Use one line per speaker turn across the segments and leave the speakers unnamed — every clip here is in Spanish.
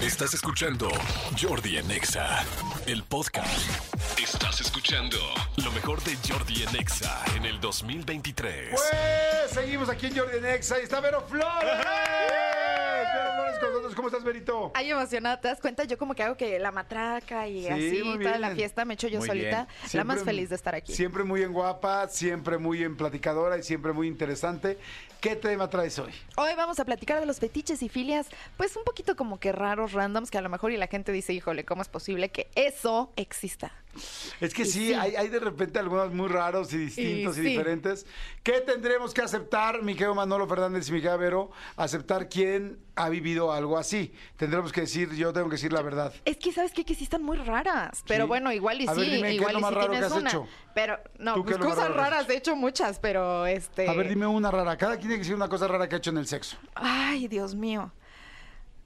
Estás escuchando Jordi en Exa, el podcast. Estás escuchando lo mejor de Jordi en Exa en el 2023.
Pues seguimos aquí en Jordi Nexa y está Vero Flores. Vero Flores con nosotros. ¿Cómo estás, Verito?
Ay, emocionada, ¿te das cuenta? Yo como que hago que la matraca y
Sí,
así,
muy
toda la
bien.
fiesta me echo yo
Muy bien.
solita. la
Siempre-
más feliz de estar aquí.
Siempre muy en guapa, siempre muy en platicadora y siempre muy interesante. ¿Qué tema traes hoy?
Hoy vamos a platicar de los fetiches y filias, pues un poquito como que raros, randoms, que a lo mejor y la gente dice, híjole, ¿cómo es posible que eso exista?
Es que
Y
sí,
sí.
Hay, hay de repente algunos muy raros y distintos y,
Y sí.
diferentes. ¿Qué tendremos que aceptar, mi querido Manolo Fernández y mi querida Vero? Aceptar quién ha vivido algo así. Tendremos que decir, yo tengo que decir la verdad.
Es que sabes qué? que sí están muy raras, pero
Sí.
bueno, igual y
A ver,
sí,
dime, ¿qué es
igual
lo
y
más
sí
raro que
tienes
has
una.
hecho?
Pero no,
¿Tú qué
pues
es lo más
cosas
raro que has
raras, he hecho muchas, pero este
A ver, dime una rara. Cada quien tiene que decir una cosa rara que ha hecho en el sexo.
Ay, Dios mío.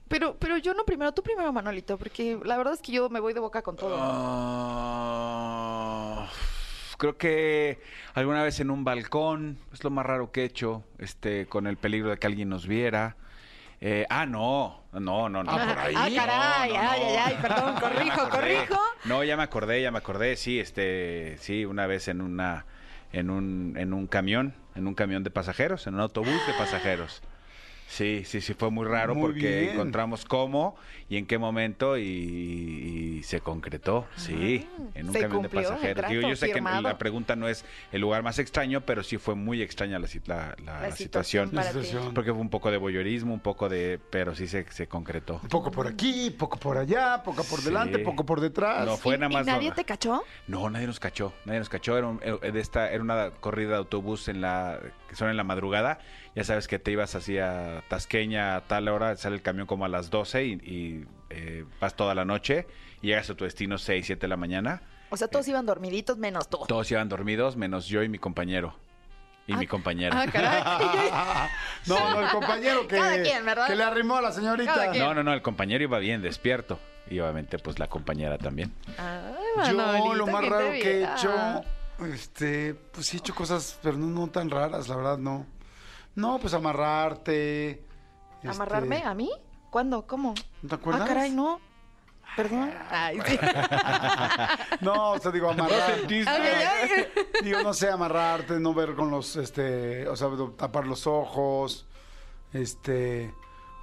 Pero, pero yo no primero, tú primero, Manolito, porque la verdad es que yo me voy de boca con todo.
Ah, creo que alguna vez en un balcón es lo más raro que he hecho, este, con el peligro de que alguien nos viera. Eh, ah, no, no, no, no.
Ah, por ahí.
Ah, caray, ay, ay, ay, perdón,
Ya me
corrijo,
acordé.
corrijo.
No, ya me acordé, ya me acordé. Sí, este, sí, una vez en una, en un, en un camión, en un camión de pasajeros, en un autobús de pasajeros. Sí, sí, sí, fue muy raro
Muy
porque
bien.
encontramos cómo y en qué momento y, y se concretó. Sí, en un
Se
camión de
cumplió el
pasajeros.
trato,
Digo, yo sé que
firmado.
la pregunta no es el lugar más extraño, pero sí fue muy extraña la, sit- la- la- la situación.
para ti.
Situación.
Porque fue un poco de voyeurismo, un poco de... pero sí se, se concretó.
Poco por aquí, poco por allá, poco por
Sí.
delante, poco por detrás.
No fue
¿Y-
nada
y
más... no-
nadie te cachó?
No, nadie nos cachó, nadie nos cachó. Era, un- eh, de esta, era una corrida de autobús en la, que son en la madrugada. Ya sabes que te ibas así a Tasqueña a tal hora, sale el camión como a las 12 y, y, eh, vas toda la noche y llegas a tu destino 6, 7 de la mañana.
O sea,
Eh,
todos iban dormiditos menos tú.
Todos iban dormidos, menos yo y mi compañero. Y mi compañera.
Ah, caray.
No, no, el compañero que,
Cada quien, ¿verdad?
que le arrimó a la señorita.
Cada quien.
no, no, no, el compañero iba bien, despierto. Y obviamente, pues la compañera también.
Ay,
Yo
Manolito,
lo más
Ah, qué
raro que he
bien.
hecho,
Ah.
este, pues sí he hecho cosas, pero no, no tan raras, la verdad, no. No, pues amarrarte. este,
¿Amarrarme a mí? ¿Cuándo? ¿Cómo?
¿No te acuerdas?
Ah, caray, no. Perdón. Ay, sí.
No, o sea, digo, amarrarte.
Ay, ay, ay.
digo, no sé, amarrarte, no ver con los, este, o sea, do- tapar los ojos, este,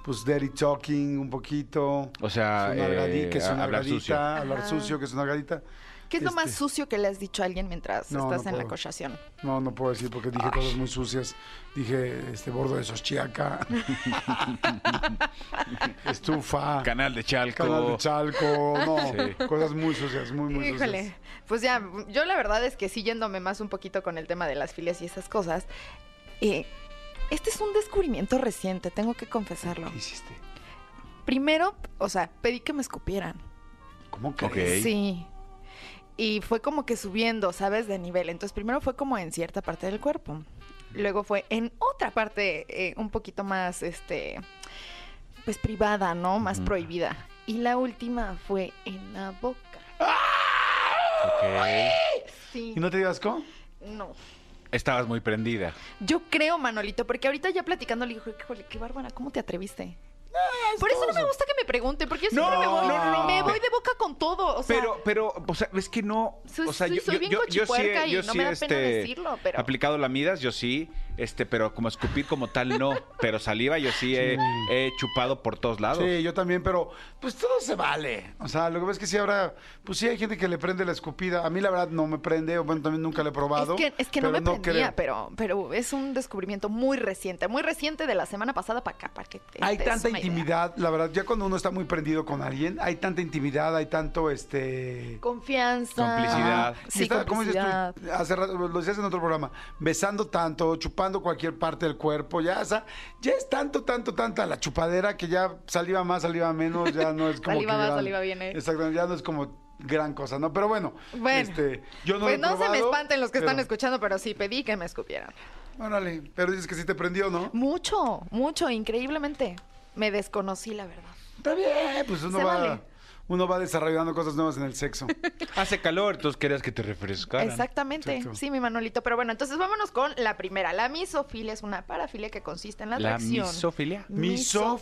pues dirty talking un poquito.
O sea,
Su nalgadita,
eh,
que es una
hablar sucio.
hablar
Ajá.
sucio, que es una garita.
¿Qué es lo más
Este,
sucio que le has dicho a alguien mientras
No,
estás
no
en la
puedo.
cochación?
No, no puedo decir porque dije cosas muy sucias. Dije, este bordo de Soschiaca. Estufa.
Canal de Chalco.
canal de Chalco. No,
Sí.
cosas muy sucias, muy, muy
Híjole,
sucias.
pues ya, yo la verdad es que sí yéndome más un poquito con el tema de las filias y esas cosas, eh, este es un descubrimiento reciente, tengo que confesarlo.
¿Qué hiciste?
Primero, o sea, pedí que me escupieran.
¿Cómo que?
Ok.
Sí. Y fue como que subiendo, ¿sabes? De nivel. Entonces, primero fue como en cierta parte del cuerpo. Luego fue en otra parte eh, un poquito más, este, pues privada, ¿no? Más
Ujú.
prohibida. Y la última fue en la boca.
Ok.
Sí.
¿Y no te dio asco?
no.
Estabas muy prendida.
Yo creo, Manolito, porque ahorita ya platicando le dijo, híjole, qué bárbara, ¿cómo te atreviste? Por eso no me gusta que me pregunte, porque yo siempre
No,
me voy,
no, no, no.
me voy de boca con todo. O sea,
pero, pero, o sea, es que no.
Soy-
o sea,
soy-
yo,
soy
yo-
bien
yo- yo sí,
cochipuerca
he- yo
y no
sí,
me da
este,
pena decirlo, pero-
aplicado lamidas, yo sí, este, pero como escupir como tal no, pero saliva yo sí he, he chupado por todos lados.
Sí, yo también, pero pues todo se vale. O sea, lo que ves que sí habrá, pues sí hay gente que le prende la escupida. A mí la verdad no me prende, o bueno, también nunca la he probado.
Es que, es que no me
pero
prendía,
creo.
pero, pero es un descubrimiento muy reciente, muy reciente de la semana pasada para acá, para que te
Hay
des
tanta
Este, una idea.
intimidad, la verdad, ya cuando uno está muy prendido con alguien, hay tanta intimidad, hay tanto este.
Confianza.
Complicidad.
Ajá. Y
Sí,
está, ¿cómo dices tú?
complicidad.
Hace rato, lo decías en otro programa, besando tanto, chupando cualquier parte del cuerpo, ya, o sea, ya es tanto, tanto, tanta la chupadera que ya saliva más, saliva menos, ya no es como.
Saliva
que
más,
gran-
saliva viene.
Exactamente, ya no es como gran cosa, ¿no? Pero bueno,
Bueno,
este, yo no lo he
pues no se me
probado,
espanten los que están
pero-
escuchando, pero sí pedí que me escupieran.
Órale, pero dices que sí te prendió, ¿no?
Mucho, mucho, increíblemente. Me desconocí, la verdad.
Está bien, pues uno
Se
va.
vale.
uno va desarrollando cosas nuevas en el sexo.
Hace calor, entonces querías que te refrescara.
Exactamente,
Exacto.
sí, mi Manolito. Pero bueno, entonces vámonos con la primera. La misofilia es una parafilia que consiste en la
La
atracción.
misofilia.
Misofilia.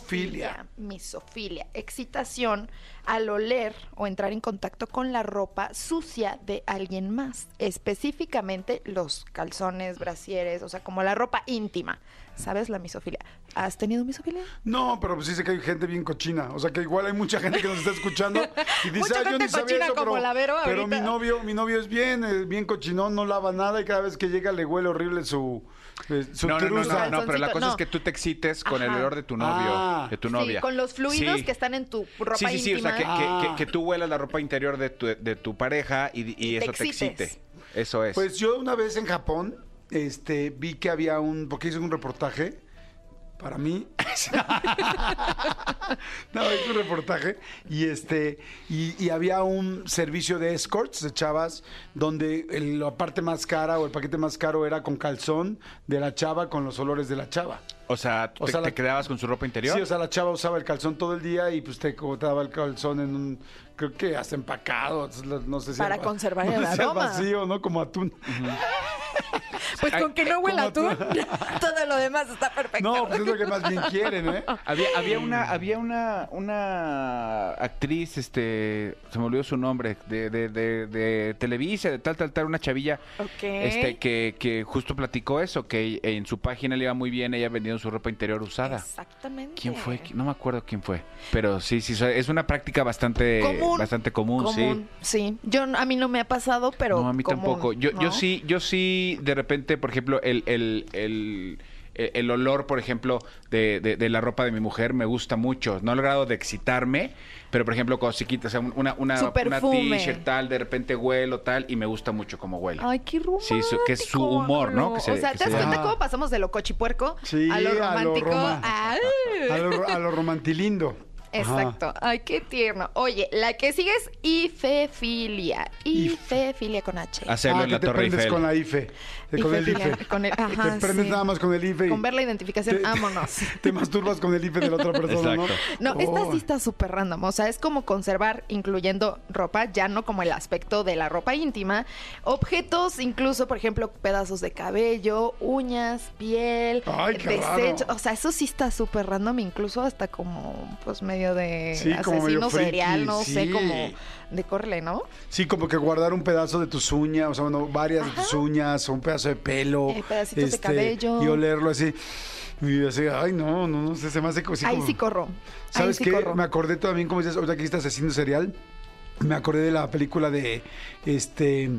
Misofilia. Misofilia. Excitación al oler o entrar en contacto con la ropa sucia de alguien más. Específicamente los calzones, brasieres, o sea, como la ropa íntima. ¿Sabes la misofilia? ¿Has tenido misofilia?
No, pero pues dice que hay gente bien cochina. O sea que igual hay mucha gente que nos está escuchando y dice,
Mucha
ah, yo
gente
ni sabía
cochina
eso,
como
pero,
la Vero
pero
ahorita".
mi novio, mi novio es bien, eh, bien cochinón, no lava nada y cada vez que llega le huele horrible su, eh, su
No, no, no,
trusa.
no, no, pero la
Calzoncito,
cosa
no.
es que tú te excites con el
Ajá.
olor de tu novio,
Ah.
de tu
Sí,
novia.
con los fluidos
Sí.
que están en tu ropa
Sí, sí, sí, o
íntima.
sea, que,
Ah.
que- que- que tú huelas la ropa interior de tu, de tu pareja y, y
Y te
eso te excite.
excites.
Eso es.
Pues yo una vez en Japón, este, vi que había un, porque hice un reportaje para mí. no, hice un reportaje y este, y, y había un servicio de escorts de chavas donde el- la parte más cara o el paquete más caro era con calzón de la chava con los olores de la chava.
o sea, tú
o
te,
sea, la-
te quedabas con su ropa interior.
Sí, o sea, la chava usaba el calzón todo el día y pues te co- te daba el calzón en un, creo que hasta empacado, entonces, la- no sé si
Para
al-
conservar
no
el
sé si al
aroma.
vacío, ¿no? Como atún.
Pues
Ay,
con que no huela tú,
como
todo lo demás está perfecto.
No, pues es lo que más bien quieren, ¿eh?
Había, había una, había una, una actriz, este, se me olvidó su nombre, de, de, de- de Televisa, de tal, tal, tal, una chavilla,
Ok.
este, que, que justo platicó eso, que en su página le iba muy bien, ella vendiendo su ropa interior usada.
Este. Exactamente.
¿Quién fue? No me acuerdo quién fue. Pero sí, sí, o sea, es una práctica bastante
Común.
Eh, bastante común, sí.
sí. Yo a mí no me ha pasado, pero
no, a mí
común,
tampoco. Yo,
¿no?
yo sí, yo sí, de repente, por ejemplo, el, el, el, el- el olor, por ejemplo, de, de- de la ropa de mi mujer me gusta mucho. No al grado de excitarme, pero por ejemplo, cuando se quita, o sea, una, una,
Su
una
perfume.
t-shirt tal, de repente huelo tal, y me gusta mucho cómo huele.
Ay, qué romántico.
Sí, su- que es su humor, ¿no?
Manolo.
Que se-
o sea,
que
¿te das
se-
cuenta
Ajá.
cómo pasamos de lo cochipuerco
Sí,
a lo
a lo
romántico?
roma-
Ay.
A lo, a lo romantilindo. Ajá.
Exacto. Ay, qué tierno. Oye, la que sigue es ifefilia. Ifefilia con H.
Hacerlo
ah,
en
que
la
te
Torre
prendes
Eiffel.
con la IFE. eh, Con el
Ifefilia,
IFE.
E con el- ajá,
te prendes
sí.
nada más con el IFE. y
Con ver la identificación,
te-
vámonos.
Te masturbas con el IFE de la otra persona, ¿no?
Exacto.
No,
Oh.
esta sí está súper random. O sea, es como conservar, incluyendo ropa, ya no como el aspecto de la ropa íntima, objetos, incluso, por ejemplo, pedazos de cabello, uñas, piel,
Ay, qué
desechos.
raro.
O sea, eso sí está súper random, incluso hasta como, pues, medio de
Sí, como
asesino
medio friki,
serial, no sé,
sí.
como de corle, ¿no?
Sí, como que guardar un pedazo de tus uñas, o sea, bueno, varias de tus uñas, o un pedazo de pelo. este,
Eh, pedacitos de cabello.
Y olerlo así. Y así, ay, no, no, no sé, se me hace co- así
Ahí
como-
sí corro.
¿Sabes
Ahí sí
qué?
corro.
Me acordé también, como dices, ahorita que estás haciendo serial, me acordé de la película de este.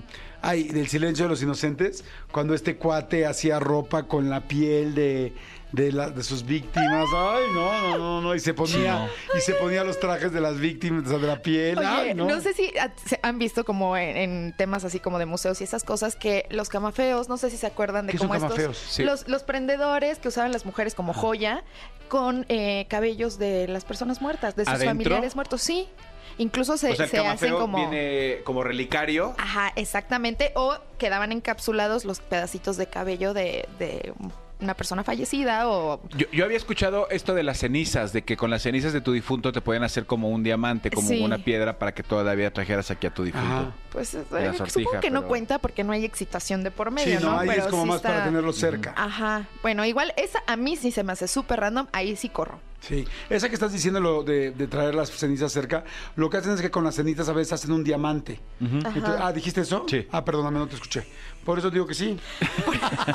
Ay, del silencio de los inocentes, cuando este cuate hacía ropa con la piel de, de, la- de sus víctimas. Ay, no, no, no, no. Y se ponía, y se ponía los trajes de las víctimas, o sea, de la piel.
Oye,
Ay,
no. sé si a- se han visto como en, en temas así como de museos y esas cosas que los camafeos, no sé si se acuerdan de
¿Qué son
como estos
camafeos?
Sí.
los, los prendedores que usaban las mujeres como joya con eh, cabellos de las personas muertas, de sus
¿Adentro?
familiares muertos, sí. Incluso se,
O sea, el
se hacen
camafeo
como
viene como relicario.
Ajá, exactamente. O quedaban encapsulados los pedacitos de cabello de, de una persona fallecida o
Yo, yo había escuchado esto de las cenizas, de que con las cenizas de tu difunto te pueden hacer como un diamante, como
Sí.
una piedra para que todavía trajeras aquí a tu difunto.
Ajá.
pues eh,
La
supongo
sortija,
que no
pero-
cuenta porque no hay excitación de por
Sí,
medio,
no,
¿no?
ahí es como
sí
más para
está-
tenerlo cerca.
Ajá. Bueno, igual esa a mí sí se me hace súper random, ahí sí corro.
Sí, esa que estás diciendo lo de, de traer las cenizas cerca, lo que hacen es que con las cenizas a veces hacen un diamante. Entonces- ah, ¿dijiste eso?
Sí.
Ah, perdóname, no te escuché. Por eso digo que sí.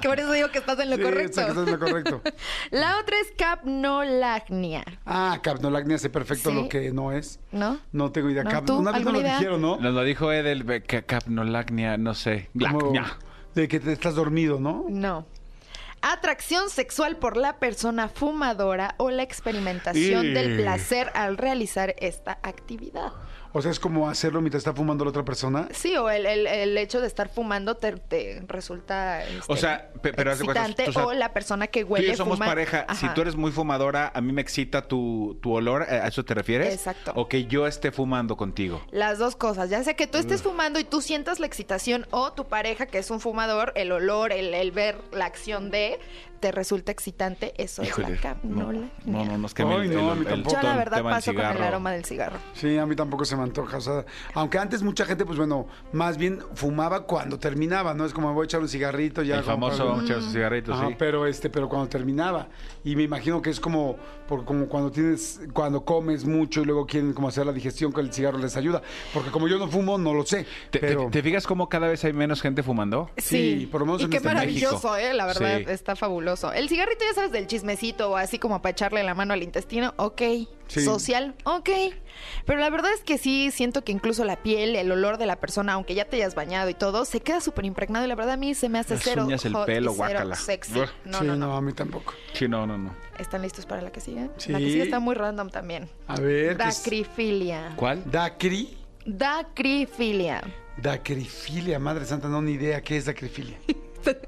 que por eso digo que estás en lo
Sí,
correcto.
esa que estás en lo correcto.
La otra es capnolagnia,
Ah, capnolagnia sé perfecto
Sí.
lo que no es.
¿no?
No tengo idea.
No,
Cap-
¿tú?
Una vez nos
¿Alguna
lo
idea?
dijeron, ¿no?
Nos lo dijo Edel be- ca- Capnolagnia, no sé.
Como
Glacnia.
de que te estás dormido, ¿no?
No. Atracción sexual por la persona fumadora o la experimentación
Y-
del placer al realizar esta actividad.
O sea, es como hacerlo mientras está fumando la otra persona.
Sí, o el, el- el hecho de estar fumando te, te resulta este,
O sea, pe- pero haz de cuenta,
excitante
tú sabes-
o la persona que
Tú y
huele
yo somos
fuma-
pareja. Si
Ajá.
tú eres muy fumadora, a mí me excita tu, tu olor. ¿A eso te refieres?
Exacto.
O que yo esté fumando contigo.
Las dos cosas, ya sea que tú
Mm.
estés fumando y tú sientas la excitación o tu pareja que es un fumador, el olor, el, el ver la acción de, te resulta excitante, eso
Híjole,
es la cam- no,
no,
la
no, no, no, es que
Ay,
me, el,
no, a
el-
mí
el
tampoco.
Yo
todo
la
el
verdad
tema del
paso con el
cigarro.
aroma del cigarro.
Sí, a mí tampoco se me antoja. O sea, aunque antes mucha gente, pues bueno, más bien fumaba cuando terminaba, ¿no? Es como voy a echar un cigarrito ya.
El
como
famoso
para-
vamos a echar sus cigarritos,
Ajá,
sí.
pero este, pero cuando terminaba. Y me imagino que es como, por- como cuando tienes, cuando comes mucho y luego quieren como hacer la digestión con el cigarro les ayuda. Porque como yo no fumo, no lo sé.
¿Te, te-
pero
te fijas cómo cada vez hay menos gente fumando?
Sí, por lo menos
y
en
qué
este
maravilloso,
México.
¿eh? La verdad,
Sí.
está fabuloso. El cigarrito, ya sabes, del chismecito o así como para echarle la mano al intestino, ok.
Sí.
Social, ok. Pero la verdad es que sí siento que incluso la piel, el olor de la persona, aunque ya te hayas bañado y todo, se queda súper impregnado y la verdad a mí se me hace
Las
cero
uñas, el
hot y
pelo,
cero
guácala.
sexy.
Buah.
No,
sí,
no, no,
a mí tampoco.
Sí, no, no, no.
¿Están listos para la que sigue?
Sí.
La que sigue está muy random también.
A ver. ¿qué es?
Dacrifilia.
¿Cuál?
Dacri.
Dacrifilia.
Dacrifilia, madre santa, no ni idea qué es dacrifilia.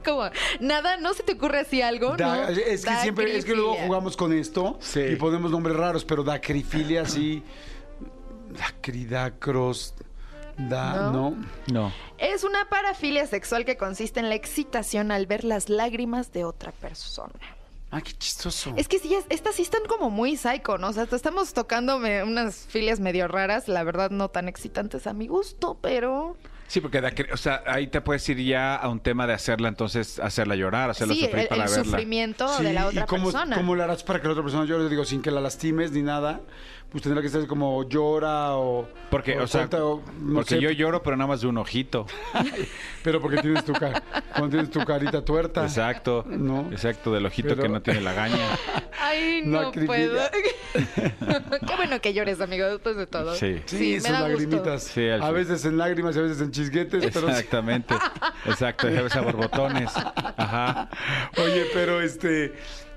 Como, nada, no se te ocurre así algo,
Da-
¿no?
es que siempre, es que luego
Dacrifilia.
jugamos con esto
Sí.
y ponemos nombres raros, pero dacrifilia sí. Dacridacros. Da,
¿No?
no.
No.
Es una parafilia sexual que consiste en la excitación al ver las lágrimas de otra persona.
Ah, qué chistoso.
Es que sí, es- estas sí están como muy psycho, ¿no? O sea, te estamos tocando me- unas filias medio raras, la verdad no tan excitantes a mi gusto, pero...
Sí, porque da que- o sea, ahí te puedes ir ya a un tema de hacerla, entonces hacerla llorar, hacerla
sí, el,
sufrir para
el
verla.
sufrimiento
Sí,
de la
¿y
otra
cómo,
persona.
¿Cómo le harás para que la otra persona llore? Digo, sin que la lastimes ni nada. Pues tendrá que ser como llora o.
Porque, o sea,
corta o- no
porque
sé,
yo lloro, pero nada más de un ojito.
Pero porque tienes tu, ca- cuando tienes tu carita tuerta.
Exacto.
No.
Exacto, del ojito
Pero-
que no tiene lagaña.
Ay,
No
no puedo.
acribilla.
Qué bueno que llores, amigo, después de todo.
Sí.
Sí,
me
sus
da gusto.
lagrimitas.
Sí, al
a
fin.
veces en lágrimas y a veces en chisguetes, pero sí.
Exactamente. Exacto, ya ves a borbotones. Ajá.
Oye, pero este.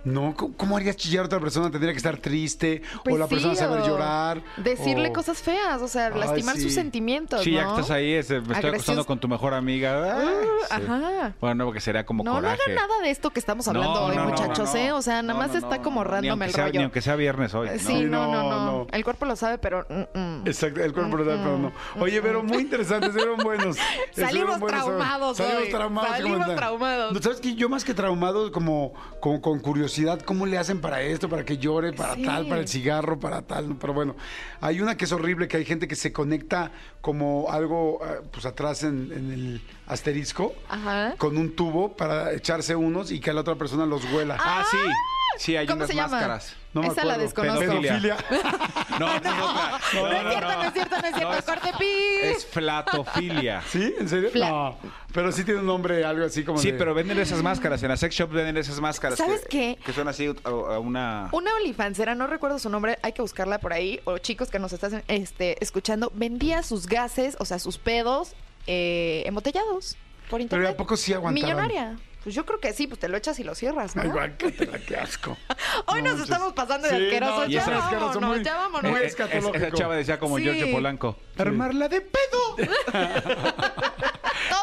No, ¿cómo, cómo harías chillar a otra persona? Tendría que estar triste,
Pues
o la
sí,
persona saber
o
llorar.
Decirle
o-
cosas feas, o sea,
Ay,
lastimar sus
sí.
sentimientos,
Oh. Sí,
¿no?
ya que estás ahí, es, eh, me estoy
Agresión-
acostando con tu mejor amiga. Ah,
Ah,
sí.
Ajá.
Bueno, no, porque sería como
No,
coraje.
no hagan nada de esto que estamos hablando
No,
hoy,
no, no,
muchachos,
no, no.
¿eh? O sea, nada
No,
más
no,
está
no,
como
no, ni
random
aunque
el
sea-
rollo.
Ni aunque sea viernes hoy. ¿no?
Sí, no,
No,
no, no,
no.
El cuerpo lo sabe, pero... mm, mm.
Exacto, el cuerpo lo da, pero no. Oye, pero muy interesantes, fueron buenos.
Salimos
Estuvieron buenos,
traumados
Salimos
hoy.
traumados.
Salimos
¿cómo están?
traumados.
No, ¿Sabes qué? Yo más que traumado, como, como con curiosidad, ¿cómo le hacen para esto, para que llore, para
Sí.
tal, para el cigarro, para tal? ¿no? Pero bueno, hay una que es horrible, que hay gente que se conecta como algo, eh, pues atrás en, en el asterisco,
Ajá.
con un tubo para echarse unos y que a la otra persona los huela.
Ah, sí. Sí, hay
¿Cómo
unas
se llama?
máscaras.
No me
Esa la
acuerdo.
desconozco.
Pedofilia.
No, esa es otra. no,
No, es cierto, no, es cierto, no es cierto. Corte pi.
Es flatofilia.
¿Sí? ¿En serio?
Fla-
No. Pero sí tiene un nombre, algo así como.
Sí,
de-
pero venden esas máscaras. En la sex shop venden esas máscaras.
¿Sabes qué?
que, Que son así a, a una... Eh,
Una olifancera, no recuerdo su nombre, hay que buscarla por ahí. O chicos que nos están este, escuchando, vendía sus gases, o sea, sus pedos eh, embotellados por
Pero
internet.
¿a poco sí aguantaban?
Millonaria. Pues yo creo que sí, pues te lo echas y lo cierras, ¿no?
Ay, guácatela, qué asco.
Hoy nos
manches.
estamos pasando de
Sí,
asquerosos.
no,
ya
ya,
es
asqueroso,
vámonos,
muy-
ya vámonos.
muy
Eh, eh,
escatológico.
esa chava decía como
Sí.
Giorgio Polanco.
Armarla de pedo.